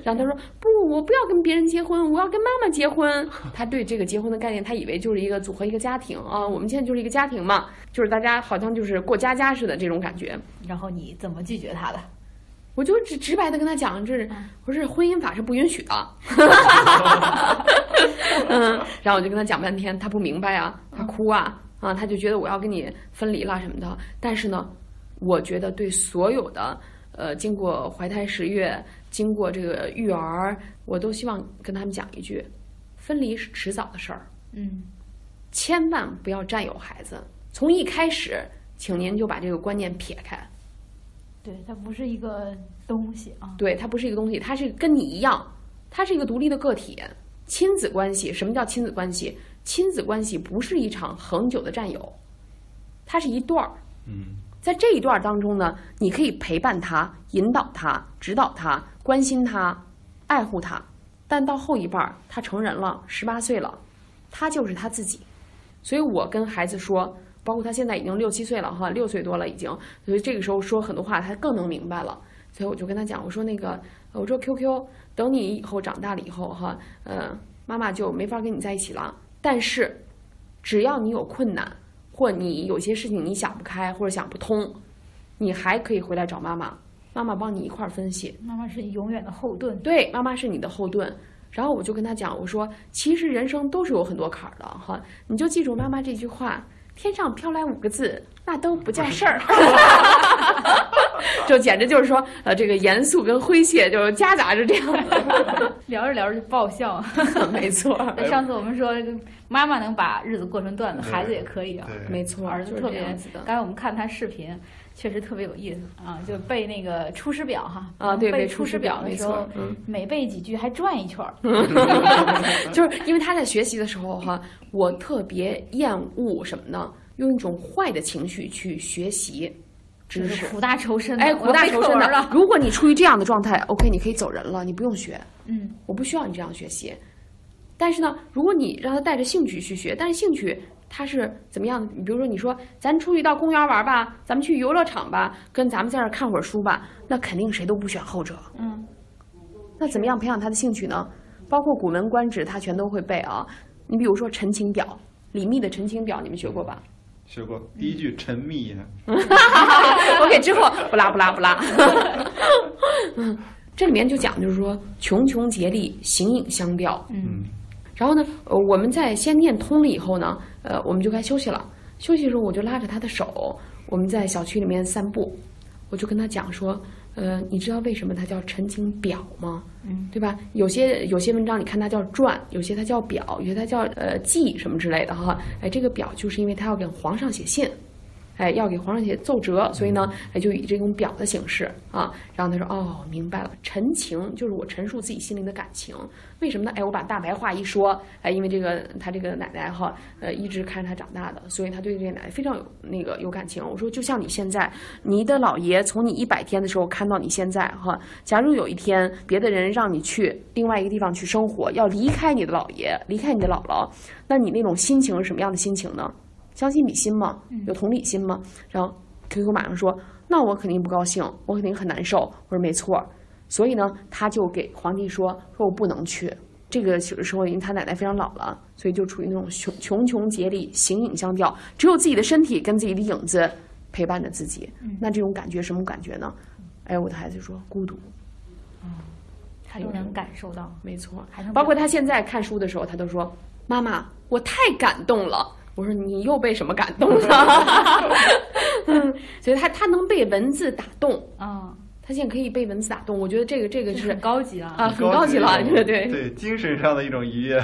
Speaker 4: 然后他说：“不，我不要跟别人结婚，我要跟妈妈结婚。”他对这个结婚的概念，他以为就是一个组合一个家庭啊，我们现在就是一个家庭嘛，就是大家好像就是过家家似的这种感觉。
Speaker 5: 然后你怎么拒绝他的？
Speaker 4: 我就直直白的跟他讲，这是不是婚姻法是不允许的。嗯，然后我就跟他讲半天，他不明白啊，他哭啊，啊，他就觉得我要跟你分离了什么的。但是呢，我觉得对所有的呃，经过怀胎十月，经过这个育儿，我都希望跟他们讲一句，分离是迟早的事儿，
Speaker 5: 嗯，
Speaker 4: 千万不要占有孩子。从一开始，请您就把这个观念撇开。
Speaker 5: 对他不是一个东西啊。
Speaker 4: 对，它不是一个东西，它是跟你一样，它是一个独立的个体。亲子关系，什么叫亲子关系？亲子关系不是一场恒久的占有，它是一段儿。
Speaker 3: 嗯，
Speaker 4: 在这一段儿当中呢，你可以陪伴他、引导他、指导他、关心他、爱护他。但到后一半儿，他成人了，十八岁了，他就是他自己。所以我跟孩子说，包括他现在已经六七岁了哈，六岁多了已经，所以这个时候说很多话他更能明白了。所以我就跟他讲，我说那个，我说 QQ，等你以后长大了以后哈，呃，妈妈就没法跟你在一起了。但是，只要你有困难，或你有些事情你想不开或者想不通，你还可以回来找妈妈，妈妈帮你一块儿分析。
Speaker 5: 妈妈是永远的后盾，
Speaker 4: 对，妈妈是你的后盾。然后我就跟他讲，我说其实人生都是有很多坎儿的哈，你就记住妈妈这句话：天上飘来五个字，那都不叫事儿。 就简直就是说，呃，这个严肃跟诙谐就夹杂着这样的，
Speaker 5: 聊着聊着就爆笑。
Speaker 4: 啊 没错儿，
Speaker 5: 那上次我们说，这个妈妈能把日子过成段子，孩子也可以啊。
Speaker 3: 对，
Speaker 4: 没错儿，
Speaker 5: 儿子
Speaker 4: 就是
Speaker 5: 特
Speaker 4: 这
Speaker 5: 别
Speaker 4: 样子，的。
Speaker 5: 刚才我们看他视频，确实特别有意思啊，就背那个《出师表》哈
Speaker 4: 啊，对，
Speaker 5: 背
Speaker 4: 背
Speaker 5: 《出
Speaker 4: 出
Speaker 5: 师
Speaker 4: 师
Speaker 5: 表》
Speaker 4: 没
Speaker 5: 的时
Speaker 4: 错
Speaker 5: 候
Speaker 4: 儿，，嗯，
Speaker 5: 每背几句还转一圈儿，
Speaker 4: 就是因为他在学习的时候哈，我特别厌恶什么呢？用一种坏的情绪去学习
Speaker 5: 就
Speaker 4: 知识
Speaker 5: 是，苦大仇深的，
Speaker 4: 哎，
Speaker 5: 我
Speaker 4: 苦
Speaker 5: 要
Speaker 4: 大
Speaker 5: 背
Speaker 4: 仇
Speaker 5: 课
Speaker 4: 深
Speaker 5: 文
Speaker 4: 的
Speaker 5: 了。。
Speaker 4: 如果你处于这样的状态，OK，你可以走人了，你不用学，
Speaker 5: 嗯，
Speaker 4: 我不需要你这样学习。但是呢，如果你让他带着兴趣去学，但是兴趣它是怎么样的？你比如说，你说咱出去到公园玩吧，咱们去游乐场吧，跟咱们在这儿看会儿书吧，那肯定谁都不选后者。
Speaker 5: 嗯，
Speaker 4: 那怎么样培养他的兴趣呢？包括古文观止，他全都会背啊。你比如说《陈情表》，李密的《陈情表》，你们学过吧？
Speaker 3: 学过第一句沉迷也，
Speaker 4: OK，之后不拉不拉不拉。嗯，这里面就讲就是说穷穷竭力，形影相吊。
Speaker 3: 嗯，
Speaker 4: 然后呢，呃，我们在先念通了以后呢，呃，我们就该休息了。休息的时候，我就拉着他的手，我们在小区里面散步。我就跟他讲说，呃，你知道为什么它叫陈情表吗？嗯，对吧？有些有些文章你看它叫传，有些它叫表，有些它叫呃记什么之类的哈。哎，这个表就是因为它要给皇上写信，哎，要给皇上写奏折，所以呢，哎，就以这种表的形式啊。然后他说，哦，明白了，陈情就是我陈述自己心里的感情。为什么呢？哎，我把大白话一说，哎，因为这个他这个奶奶哈，呃，一直看着他长大的，所以他对这个奶奶非常有那个有感情。我说，就像你现在，你的姥爷从你一百天的时候看到你现在哈，假如有一天别的人让你去另外一个地方去生活，要离开你的姥爷，离开你的姥姥，那你那种心情是什么样的心情呢？将心比心吗？有同理心吗？然后 QQ 马上说，那我肯定不高兴，我肯定很难受。我说没错儿，所以呢，他就给皇帝说，说我不能去。这个时候，因为他奶奶非常老了，所以就处于那种穷穷穷竭力，形影相吊，只有自己的身体跟自己的影子陪伴着自己。那这种感觉什么感觉呢？哎，我的孩子说孤独，
Speaker 5: 他都能感受到。
Speaker 4: 没错
Speaker 5: 还能，
Speaker 4: 包括他现在看书的时候，他都说：“妈妈，我太感动了。”我说：“你又被什么感动了？” 嗯，所以他他能被文字打动，
Speaker 5: 啊，
Speaker 4: 他现在可以被文字打动。我觉得这个这个
Speaker 5: 这
Speaker 4: 是
Speaker 5: 很高级了。
Speaker 4: 啊，很高级了，对
Speaker 3: 对
Speaker 4: 对对
Speaker 3: 对，精 神上的一种愉悦。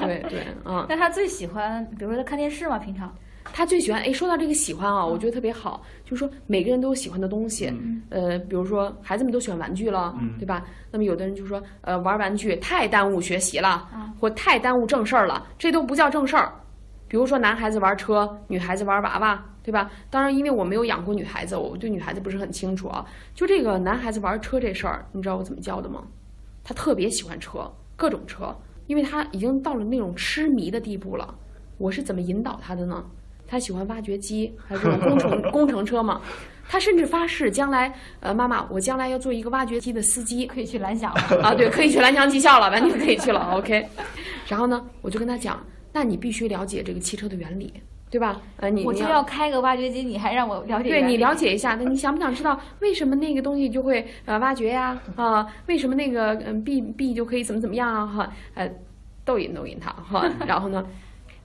Speaker 4: 对对，嗯。
Speaker 5: 那他最喜欢，比如说他看电视嘛，平常
Speaker 4: 他最喜欢哎，说到这个喜欢啊，我觉得特别好，就是说每个人都有喜欢的东西，
Speaker 3: 嗯
Speaker 4: 呃，比如说孩子们都喜欢玩具了，
Speaker 3: 嗯
Speaker 4: 对吧？那么有的人就说，呃，玩玩具太耽误学习了，
Speaker 5: 啊
Speaker 4: 或太耽误正事儿了，这都不叫正事儿。比如说男孩子玩车，女孩子玩娃娃，对吧？当然，因为我没有养过女孩子，我对女孩子不是很清楚啊。就这个男孩子玩车这事儿，你知道我怎么教的吗？他特别喜欢车，各种车，因为他已经到了那种痴迷的地步了。我是怎么引导他的呢？他喜欢挖掘机，还有这种工程工程车嘛。他甚至发誓，将来，呃，妈妈，我将来要做一个挖掘机的司机。
Speaker 5: 可以去蓝翔了。
Speaker 4: 啊，对，可以去蓝翔技校了，完全可以去了。OK，然后呢，我就跟他讲，那你必须了解这个汽车的原理，对吧？呃，你
Speaker 5: 我
Speaker 4: 你
Speaker 5: 就要开个挖掘机，你还让我了解
Speaker 4: 对
Speaker 5: 原
Speaker 4: 你
Speaker 5: 理
Speaker 4: 了解一下，那你想不想知道为什么那个东西就会呃挖掘呀？啊、为什么那个嗯 B B 就可以怎么怎么样啊？哈，呃，逗引逗引他 哈。然后呢，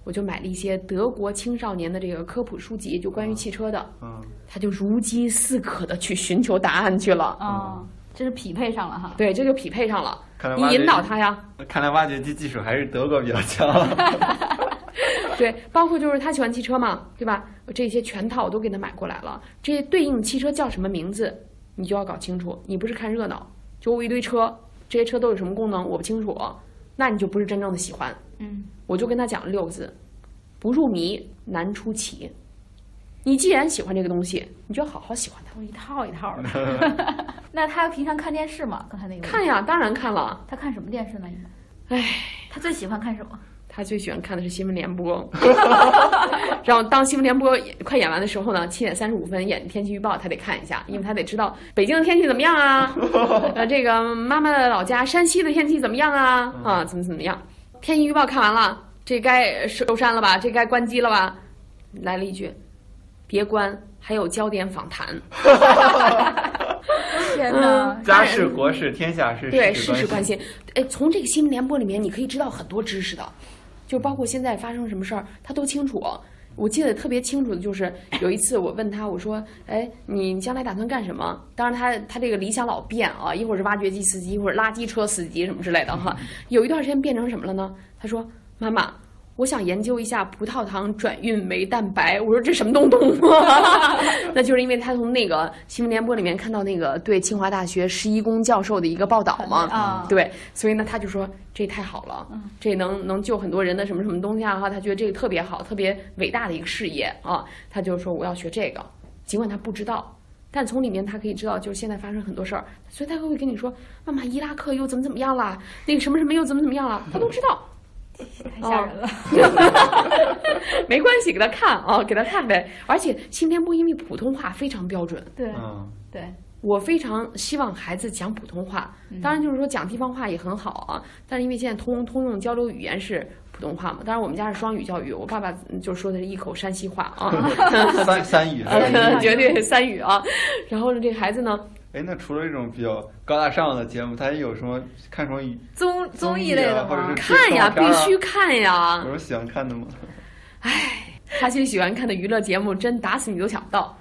Speaker 4: 我就买了一些德国青少年的这个科普书籍，就关于汽车的，
Speaker 3: 嗯，
Speaker 4: 他就如饥似渴的去寻求答案去了。
Speaker 5: 啊、这是匹配上了哈。
Speaker 4: 对，这就匹配上了，
Speaker 3: 看来
Speaker 4: 你
Speaker 3: 呃挖掘
Speaker 4: 引导
Speaker 3: 机
Speaker 4: 他呀。
Speaker 3: 看来挖掘机技术还是德国比较强。
Speaker 4: 对，包括就是他喜欢汽车嘛，对吧？这些全套我都给他买过来了，这些对应汽车叫什么名字，你就要搞清楚。你不是看热闹，就我一堆车，这些车都有什么功能我不清楚，那你就不是真正的喜欢。
Speaker 5: 嗯，
Speaker 4: 我就跟他讲六个字：不入迷，难出奇。你既然喜欢这个东西，你就要好好喜欢它。
Speaker 5: 都一套一套的。 那他平常看电视吗？刚才那个问题
Speaker 4: 看呀，当然看了。
Speaker 5: 他看什么电视呢？一般
Speaker 4: 唉，
Speaker 5: 他最喜欢看什么？
Speaker 4: 他最喜欢看的是新闻联播， 然后当新闻联播演快演完的时候呢，七点三十五分演天气预报，他得看一下，因为他得知道北京的天气怎么样啊，呃，这个妈妈的老家山西的天气怎么样啊，啊，怎么怎么样？天气预报看完了，这该收山了吧？这该关机了吧？来了一句，别关，还有焦点访谈，
Speaker 5: 天哪！
Speaker 3: 家事国事天下事，
Speaker 4: 对，
Speaker 3: 事
Speaker 4: 事事
Speaker 3: 事
Speaker 4: 关
Speaker 3: 心。
Speaker 4: 心。哎，从这个新闻联播里面，你可以知道很多知识的，就包括现在发生什么事儿，他都清楚。我记得特别清楚的就是有一次我问他，我说：“哎，你将来打算干什么？”当然他他这个理想老变啊，一会儿是挖掘机司机，一会儿垃圾车司机什么之类的哈。有一段时间变成什么了呢？他说：“妈妈。”我想研究一下葡萄糖转运酶蛋白。我说这什么东东？ 那就是因为他从那个新闻联播里面看到那个对清华大学施一公教授的一个报道嘛，
Speaker 5: 啊
Speaker 4: 对，所以呢他就说这太好了，这能能救很多人的什么什么东西啊，哈他觉得这个特别好，特别伟大的一个事业啊，他就说我要学这个，尽管他不知道。但从里面他可以知道，就是现在发生很多事儿，所以他会跟你说，妈妈，伊拉克又怎么怎么样啦，那个什么什么又怎么怎么样了，他都知道。
Speaker 5: 太吓人了。
Speaker 4: 没关系，给他看啊，给他看呗。而且新天波因为普通话非常标准，
Speaker 5: 对
Speaker 3: 嗯，
Speaker 5: 对，
Speaker 4: 我非常希望孩子讲普通话。当然，就是说讲地方话也很好啊。但是因为现在通通用交流语言是普通话嘛，当然我们家是双语教育，我爸爸嗯就说的是一口山西话啊，
Speaker 3: 三三语。
Speaker 5: 三语
Speaker 4: 绝对是三语啊。然后呢，这孩子呢，
Speaker 3: 哎，那除了这种比较高大上的节目，他也有什么看什么语
Speaker 5: 综综艺
Speaker 3: 啊
Speaker 5: 类的
Speaker 3: 或者
Speaker 5: 吗
Speaker 3: 是？
Speaker 4: 看呀，
Speaker 3: 动画
Speaker 4: 必
Speaker 3: 片啊
Speaker 4: 须看呀
Speaker 3: 有什。么喜欢看的吗？
Speaker 4: 他最喜欢看的娱乐节目，真打死你都想不到，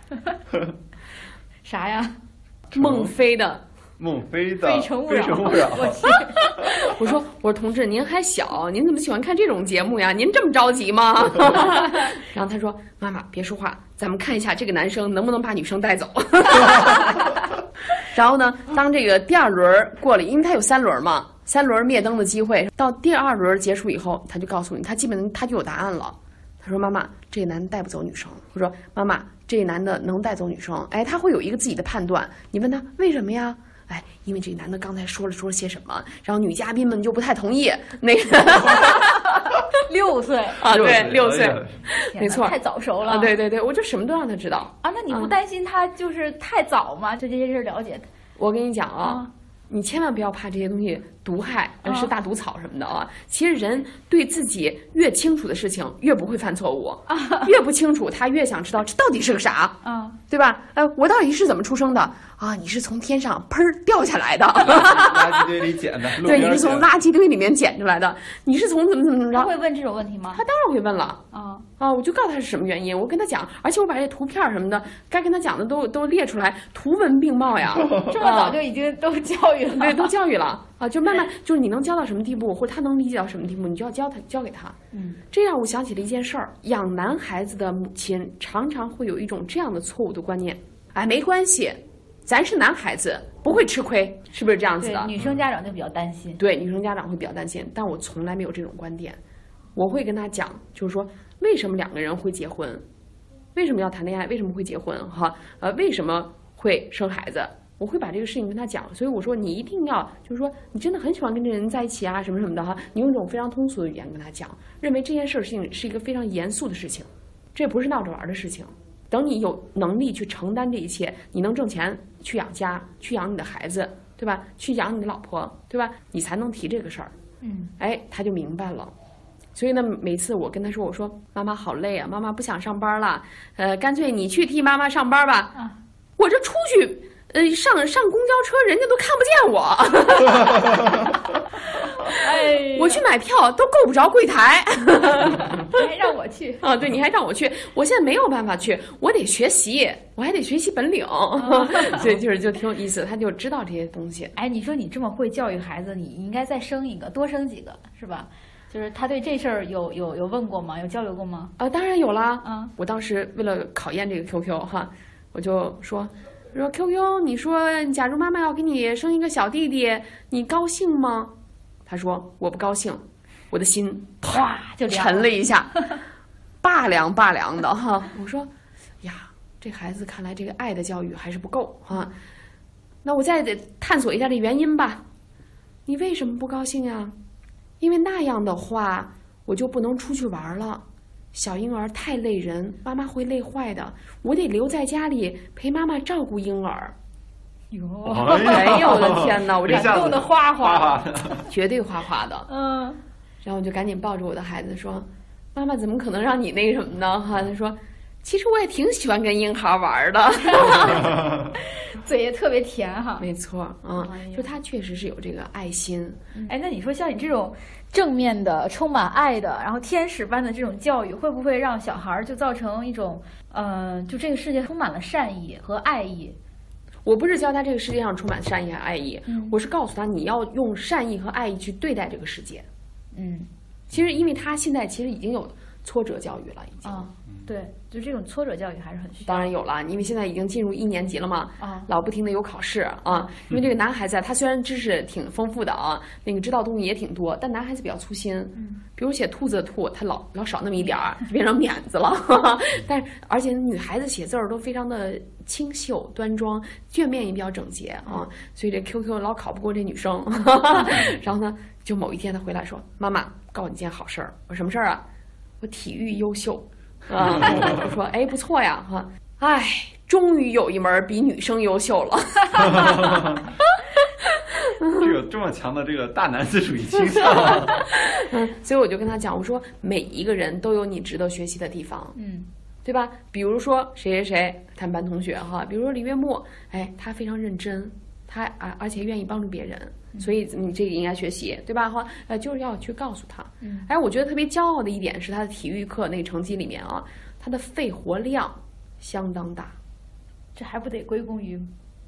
Speaker 5: 啥呀？
Speaker 4: 孟非的
Speaker 3: 孟非的
Speaker 5: 非
Speaker 3: 《
Speaker 5: 诚勿
Speaker 3: 非
Speaker 5: 扰
Speaker 3: 诚勿 扰》
Speaker 5: 我去，
Speaker 4: 我说，我说同志，您还小，您怎么喜欢看这种节目呀？您这么着急吗？然后他说：“妈妈，别说话，咱们看一下这个男生能不能把女生带走。”然后呢，当这个第二轮儿过了，因为他有三轮儿嘛，三轮儿灭灯的机会，到第二轮儿结束以后，他就告诉你，他基本他就有答案了。他说：“妈妈，这男的带不走女生。”我说：“妈妈，这男的能带走女生？”哎，他会有一个自己的判断。你问他为什么呀？哎，因为这男的刚才说了说了些什么，然后女嘉宾们就不太同意。那个
Speaker 5: 六岁，
Speaker 4: 啊，对，六
Speaker 3: 哎
Speaker 4: 岁
Speaker 3: 呀
Speaker 5: 天哪
Speaker 4: 没错
Speaker 5: 太早熟了。
Speaker 4: 啊，对对对，我就什么都让他知道。
Speaker 5: 啊，那你不担心他就是太早吗？对这些事儿了解？
Speaker 4: 我跟你讲啊
Speaker 5: 啊，
Speaker 4: 你千万不要怕这些东西毒害，呃
Speaker 5: 啊
Speaker 4: 是大毒草什么的啊。其实人对自己越清楚的事情，越不会犯错误；越不清楚，他越想知道这到底是个啥。
Speaker 5: 啊，
Speaker 4: 对吧？呃，我到底是怎么出生的啊？你是从天上砰儿掉 下来的，
Speaker 3: 垃圾堆里捡的，路
Speaker 4: 对，
Speaker 3: 边
Speaker 4: 你
Speaker 3: 儿
Speaker 4: 是从
Speaker 3: 捡的
Speaker 4: 垃圾堆里面捡出来的，你是从怎么怎么怎 么
Speaker 5: 他
Speaker 4: 着？
Speaker 5: 会问这种问题吗
Speaker 4: 他？当然会问了
Speaker 5: 啊，
Speaker 4: 啊！我就告诉他是什么原因，我跟他讲，而且我把这 图片儿什么的，该跟他讲的都都列出来，图文并茂呀。
Speaker 5: 这么早就已经都教
Speaker 2: 育了。
Speaker 4: 嗯 对，都教育了啊，就慢慢就是你能教到什么地步，或者他能理解到什么地步，你就要教他教给他。
Speaker 5: 嗯，
Speaker 4: 这让我想起了一件事儿：养男孩子的母亲常常会有一种这样的错误的观念，哎，没关系，咱是男孩子，不会吃亏，是 不是这样子
Speaker 5: 对
Speaker 4: 的？嗯
Speaker 5: 女生家长就比较担 心。
Speaker 4: 对女生家长会比较担心，但我从来没有这种观点。我会跟他讲，就是说为什么两个人会结婚，为什么要谈恋爱，为什么会结婚，哈，呃，为什么会生孩子，我会把这个事情跟他讲。所以我说你一定要，就是说你真的很喜欢跟这个人在一起啊，什么什么的哈，你用一种非常通俗的语言跟他讲，认为这件事情是一个非常严肃的事情，这不是闹着玩儿的事情。等你有能力去承担这一切，你能挣钱去养家，去养你的孩子，对吧？去养你的老婆，对吧？你才能提这个事儿。
Speaker 5: 嗯，
Speaker 4: 哎，他就明白了。所以呢，每次我跟他说，我说妈妈好累啊，妈妈不想上班了，呃，干脆你去替妈妈上班吧。
Speaker 5: 啊
Speaker 4: 我这出去，呃，上上公交车，人家都看不见我，
Speaker 2: 哎，
Speaker 4: 我去买票都够不着柜台
Speaker 5: 哎
Speaker 2: 还让我去，
Speaker 4: 啊。对，你还让我去，我现在没有办法去，我得学习，我还得学习本领。 所以就是就挺有意思，他就知道这些东西。
Speaker 5: 哎，你说你这么会教育孩子，你应该再生一个，多生几个，是吧？就是他对这事儿有有有问过吗？有交流过吗？
Speaker 4: 啊，当然有啦。
Speaker 5: 啊，
Speaker 4: 我当时为了考验这个 QQ 哈，我就说，我说 QQ，你说假如妈妈要给你生一个小弟弟，你高兴吗？他说我不高兴，我的心
Speaker 5: 哗就凉
Speaker 4: 沉了一 下，拔凉拔凉的哈。 我说呀，这孩子看来这个爱的教育还是不够哈。那我再得探索一下这原因吧。你为什么不高兴呀、因为那样的话，我就不能出去玩了。小婴儿太累人，妈妈会累坏的。我得留在家里陪妈妈照顾婴儿。
Speaker 5: 哟，
Speaker 3: 哎
Speaker 4: 哎呦我的天哪！我 这
Speaker 3: 一下子
Speaker 2: 弄得哗
Speaker 3: 哗
Speaker 2: 哗。
Speaker 3: 哗的，
Speaker 4: 绝对哗哗的。
Speaker 2: 嗯，
Speaker 4: 然后我就赶紧抱着我的孩子说：“妈妈怎么可能让你那什么呢？”哈，他说：“其实我也挺喜欢跟婴孩玩儿的。
Speaker 5: 嘴也特别甜”哈。
Speaker 4: 没错，啊
Speaker 2: 哎，呀
Speaker 4: 就他确实是有这个爱心。
Speaker 2: 哎，那你说像你这种正面的、充满爱的，然后天使般的这种教育，会不会让小孩儿就造成一种，呃，就这个世界充满了善意和爱意？
Speaker 4: 我不是教他这个世界上充满善意和爱意，
Speaker 2: 嗯
Speaker 4: 我是告诉他你要用善意和爱意去对待这个世界。
Speaker 5: 嗯
Speaker 4: 其实，因为他现在其实已经有挫折教育了，已
Speaker 2: 哦
Speaker 4: 经。
Speaker 5: 啊，对，就这种挫折教育还是很需要。
Speaker 4: 嗯当然有了，因为现在已经进入一年级了嘛，
Speaker 5: 啊，
Speaker 4: 老不停的有考试啊。因为这个男孩子啊，他虽然知识挺丰富的啊，那个知道东西也挺多，但男孩子比较粗心。嗯，比如写兔子的兔，他老老少那么一点儿，就变成免子了。 但是而且女孩子写字儿都非常的清秀端庄，卷面也比较整洁啊，所以这 QQ 老考不过这女生。然后呢，就某一天他回来说：“妈妈，告诉你件好事儿。”我说：“什么事儿啊？”我体育优秀。 啊，我说哎不错呀哈，哎，终于有一门比女生优秀了。
Speaker 3: 这个这么强的这个大男子主义倾向，啊
Speaker 4: 所以我就跟他讲，我说每一个人都有你值得学习的地方，
Speaker 5: 嗯，
Speaker 4: 对吧？比如说谁谁谁，他们班同学哈，比如说李月沫，哎，他非常认真，他啊而且愿意帮助别人，所以你这个应该学习，对吧？哈，呃，就是要去告诉他。
Speaker 5: 嗯，
Speaker 4: 哎，我觉得特别骄傲的一点是他的体育课那个成绩里面啊，他的肺活量相当大，
Speaker 5: 这还不得归功于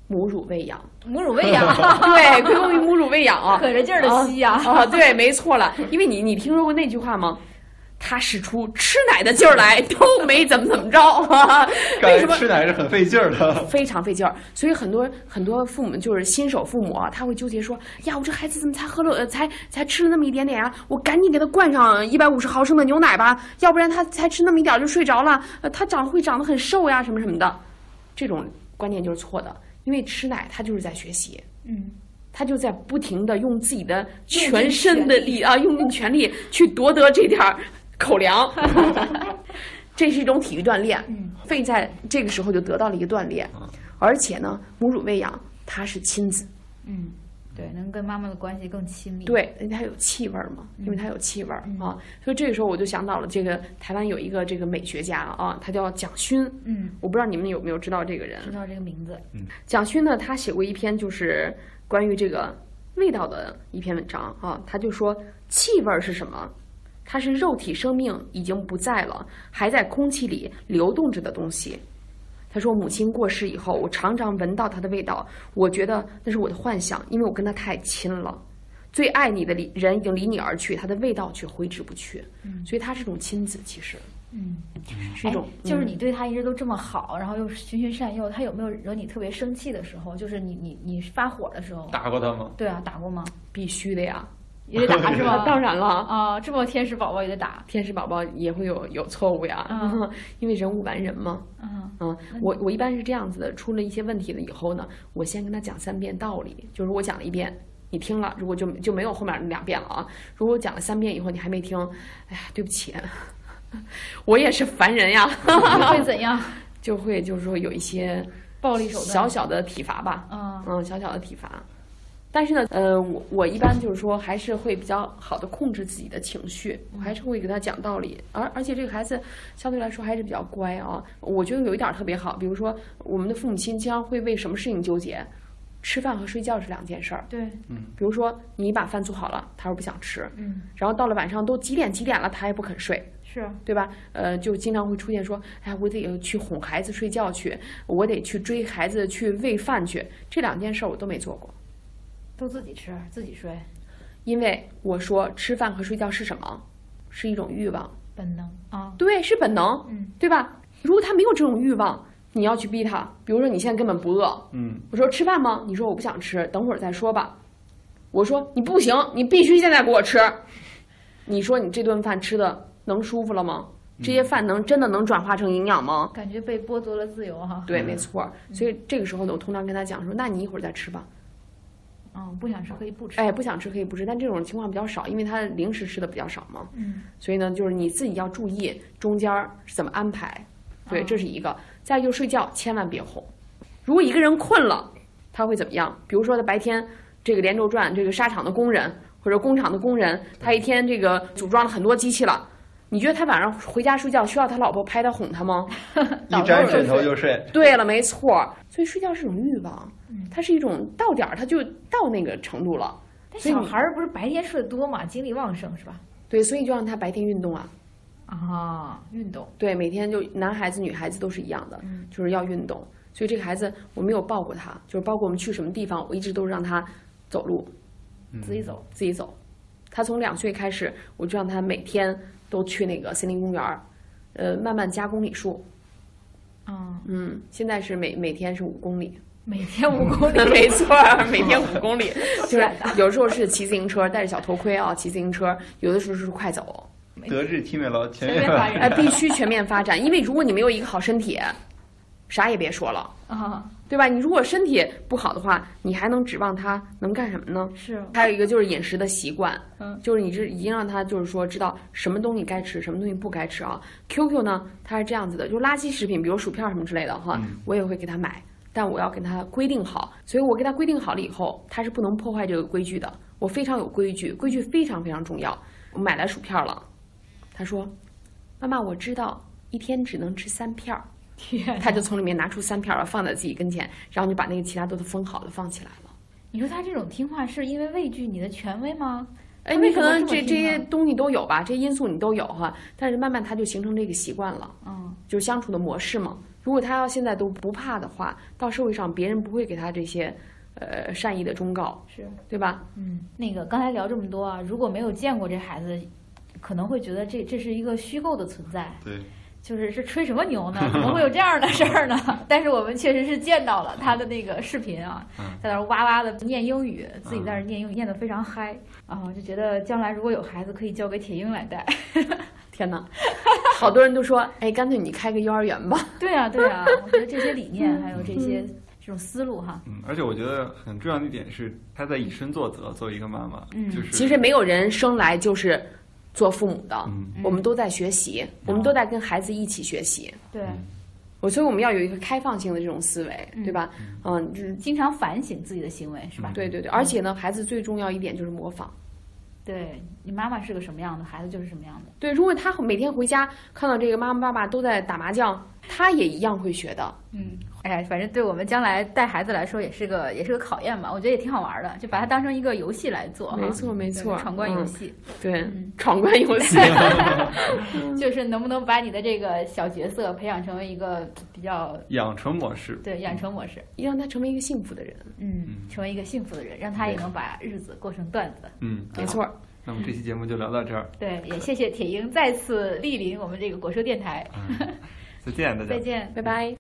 Speaker 4: 母乳喂养，
Speaker 5: 母乳喂养，啊
Speaker 4: 对，归功于母乳喂养啊。
Speaker 5: 可着劲儿的吸呀、
Speaker 4: 啊，对，没错了，因为你你听说过那句话吗？他使出吃奶的劲儿来，都没怎么怎么着，为
Speaker 3: 感
Speaker 4: 什
Speaker 3: 觉
Speaker 4: 么
Speaker 3: 吃奶是很费劲儿的。
Speaker 4: 非常费劲儿？所以很多很多父母就是新手父母啊，他会纠结说：呀，我这孩子怎么才喝了呃才才吃了那么一点点啊？我赶紧给他灌上一百五十毫升的牛奶吧，要不然他才吃那么一点儿就睡着了，呃，他长会长得很瘦呀，什么什么的。这种观念就是错的，因为吃奶他就是在学习，
Speaker 5: 嗯，
Speaker 4: 他就在不停的用自己的全身的力啊，用尽全力去夺得这点儿口 粮。这是一种体育锻炼，肺在这个时候就得到了一个锻炼，而且呢，母乳喂养它是亲子，
Speaker 5: 嗯，对，能跟妈妈的关系更亲密。，
Speaker 4: 对，它有气味儿嘛，因为它有气味儿啊，所以这个时候我就想到了这个台湾有一个这个美学家啊，他叫蒋勋，
Speaker 5: 嗯，
Speaker 4: 我不知道你们有没有知道这个人，
Speaker 5: 知道这个名字，
Speaker 4: 蒋勋呢，他写过一篇就是关于这个味道的一篇文章啊，他就说气味儿是什么？它是肉体生命已经不在了，还在空气里流动着的东西。他说母亲过世以后，我常常闻到她的味道，我觉得那是我的幻想，因为我跟她太亲了。最爱你的离人已经离你而去，他的味道却挥之不去。所以他是种亲子，其实
Speaker 5: 嗯，
Speaker 4: 是一种、
Speaker 5: 哎就是
Speaker 4: 嗯
Speaker 5: 你对他一直都这么好，然后又循循善诱，他有没有惹你特别生气的时候？就是你你你发火的时候？
Speaker 3: 打过他 吗？
Speaker 5: 对啊，打过吗？
Speaker 4: 必须的呀。
Speaker 5: 也得打是吧？
Speaker 4: 当然了，
Speaker 5: 啊，这么天使宝宝也得打。
Speaker 4: 天使宝宝也会有有错误呀，
Speaker 5: 嗯
Speaker 4: 因为人无完人嘛。
Speaker 5: 嗯
Speaker 4: 嗯，我我一般是这样子的，出了一些问题了以后呢，我先跟他讲三遍道理，就是我讲了一遍，你听了，如果就就没有后面那两遍了啊。如果我讲了三遍以后你还没听，哎呀，对不起， 我也是凡人呀，
Speaker 5: 你 会怎样？
Speaker 4: 就会就是说有一些
Speaker 5: 暴力手段？
Speaker 4: 小小的体罚吧，
Speaker 5: 啊，
Speaker 4: 嗯，小小的体罚。但是呢，呃，我我一般就是说，还是会比较好的控制自己的情绪，我还是会给他讲道理。而而且这个孩子相对来说还是比较乖啊。我觉得有一点儿特别好，比如说我们的父母亲经常会为什么事情纠结，吃饭和睡觉是两件事儿。
Speaker 5: 对，
Speaker 4: 比如说你把饭做好了，他说不想吃，
Speaker 5: 嗯，
Speaker 4: 然后到了晚上都几点几点了，他也不肯睡，
Speaker 5: 是，啊
Speaker 4: 对吧？呃，就经常会出现说，哎，我得去哄孩子睡觉去，我得去追孩子去喂饭去，这两件事儿我都没做过，
Speaker 5: 都自己吃自己睡，
Speaker 4: 因为我说吃饭和睡觉是什么？是一种欲望，
Speaker 5: 本能啊。
Speaker 4: 对，是本能，
Speaker 5: 嗯，
Speaker 4: 对吧？如果他没有这种欲望，你要去逼他，比如说你现在根本不饿，
Speaker 3: 嗯，
Speaker 4: 我说吃饭吗？你说我不想吃，等会儿再说吧。我说你不行，你必须现在给我吃。你说你这顿饭吃的能舒服了吗？这些饭能真的能转化成营养吗？
Speaker 5: 感觉被剥夺了自由哈，
Speaker 4: 对，没错儿。所以这个时候呢，我通常跟他讲说，那你一会儿再吃吧。
Speaker 5: 嗯，不想吃可以不吃，
Speaker 4: 哎，不想吃可以不吃，但这种情况比较少，因为他零食吃的比较少嘛。
Speaker 5: 嗯，
Speaker 4: 所以呢，就是你自己要注意中间儿是怎么安排。对，
Speaker 5: 哦
Speaker 4: 这是一个。再就是睡觉，千万别哄。如果一个人困了，他会怎么样？比如说他白天这个连轴转，这个沙场的工人或者工厂的工人，他一天这个组装了很多机器了。你觉得他晚上回家睡觉需要他老婆拍他哄他吗？
Speaker 3: 一沾枕头就睡。
Speaker 4: 对了，没错儿。所以睡觉是种欲望，
Speaker 5: 嗯
Speaker 4: 它是一种到点儿他就到那个程度了。
Speaker 5: 但
Speaker 4: 所以
Speaker 5: 小
Speaker 4: 你
Speaker 5: 孩儿不是白天睡得多嘛，精力旺盛是吧？
Speaker 4: 对，所以就让他白天运动啊。
Speaker 5: 啊，运动，
Speaker 4: 对，每天就男孩子、女孩子都是一样的，就是要运动。所以这个孩子我没有抱过他，就是包括我们去什么地方，我一直都是让他走路，
Speaker 3: 嗯
Speaker 5: 自己走，
Speaker 4: 自己走。他从两岁开始，我就让他每天都去那个森林公园儿，呃，慢慢加公里数。
Speaker 5: 啊，
Speaker 4: 嗯，现在是每每天是五公里。
Speaker 5: 每天五公 里，
Speaker 4: 没错儿，每天五公里，就是有时候是骑自行车，戴着小头盔啊，骑自行车；有的时候是快走，
Speaker 3: 德智体美劳全
Speaker 5: 随便打
Speaker 3: 面
Speaker 4: 哎，
Speaker 5: 人
Speaker 4: 必须全面发展，因为如果你没有一个好身体，啥也别说了，
Speaker 5: 啊，
Speaker 4: 对吧？你如果身体不好的话，你还能指望他能干什么呢？
Speaker 5: 是，
Speaker 4: 还有一个就是饮食的习惯，
Speaker 5: 嗯，
Speaker 4: 就是你这已经让他就是说知道什么东西该吃，什么东西不该吃啊。QQ 呢，它是这样子的，就是垃圾食品，比如薯片什么之类的哈，我也会给他买，但我要给他规定好。所以我给他规定好了以后，他是不能破坏这个规矩的。我非常有规矩，规矩非常非常重要。我买来薯片了，他说：“妈妈，我知道一天只能吃三片儿。”
Speaker 5: 天，
Speaker 4: 他就从里面拿出三片儿放在自己跟前，然后就把那个其他都封好了，放起来了。
Speaker 5: 你说他这种听话是因为畏惧你的权威吗？
Speaker 4: 哎，
Speaker 5: 为
Speaker 4: 你
Speaker 5: 什
Speaker 4: 可
Speaker 5: 么这
Speaker 4: 能
Speaker 5: 么
Speaker 4: 这这
Speaker 5: 听
Speaker 4: 些
Speaker 5: 呢
Speaker 4: 东西都有吧，这些因素你都有哈，但是慢慢他就形成这个习惯了，
Speaker 5: 嗯，
Speaker 4: 就是相处的模式嘛。如果他要现在都不怕的话，到社会上别人不会给他这些，呃，善意的忠告，
Speaker 5: 是，
Speaker 4: 对吧？
Speaker 5: 嗯，那个刚才聊这么多啊，如果没有见过这孩子，可能会觉得这这是一个虚构的存在，
Speaker 3: 对，
Speaker 5: 就是是吹什么牛 呢？怎么会有这样的事儿呢？但是我们确实是见到了他的那个视频啊，
Speaker 4: 嗯
Speaker 5: 在那儿哇哇的念英语，自己在那儿念英语，念得非常嗨啊！我就觉得将来如果有孩子，可以交给铁英来 带。
Speaker 4: 天哪，好多人都说，哎，干脆你开个幼儿园吧。
Speaker 5: 对啊，对啊，我觉得这些理
Speaker 4: 嗯
Speaker 5: 念还有这些这种思路哈，
Speaker 3: 嗯，而且我觉得很重要的一点是，她在以身作则，作为一个妈妈，
Speaker 5: 嗯
Speaker 3: 就是
Speaker 4: 其实没有人生来就是做父母的，
Speaker 3: 嗯
Speaker 4: 我们都在学习，我们都在跟孩子一起学习。
Speaker 5: 对，
Speaker 4: 我所以我们要有一个开放性的这种思维，对吧？嗯，就是
Speaker 5: 经常反省自己的行为是吧？
Speaker 4: 对对对，而且呢，孩子最重要一点就是模仿。
Speaker 5: 对你妈妈是个什么样的，孩子就是什么样的。
Speaker 4: 对，如果他每天回家看到这个妈妈爸爸都在打麻将，他也一样会学的，
Speaker 5: 嗯，哎，反正对我们将来带孩子来说也是个也是个考验吧，我觉得也挺好玩的，就把它当成一个游戏来做哈
Speaker 4: 没。错没
Speaker 5: 对
Speaker 4: 错，
Speaker 5: 闯关游
Speaker 4: 嗯
Speaker 5: 戏、
Speaker 4: 对
Speaker 5: 嗯，
Speaker 4: 闯关游戏，嗯
Speaker 5: 就是能不能把你的这个小角色培养成为一个比较
Speaker 3: 养成模式，
Speaker 5: 对养成模式，
Speaker 4: 让他成为一个幸福的人。
Speaker 5: 嗯，成为一个幸福的人，让他也
Speaker 3: 对
Speaker 5: 能把日子过成段子。
Speaker 3: 嗯，
Speaker 4: 没错儿，
Speaker 3: 那么这期节目就聊到这儿，
Speaker 5: 对，也谢谢铁英再次莅临我们这个果蔬电台，
Speaker 3: 嗯再见，大家
Speaker 5: 再。见。
Speaker 4: 拜拜。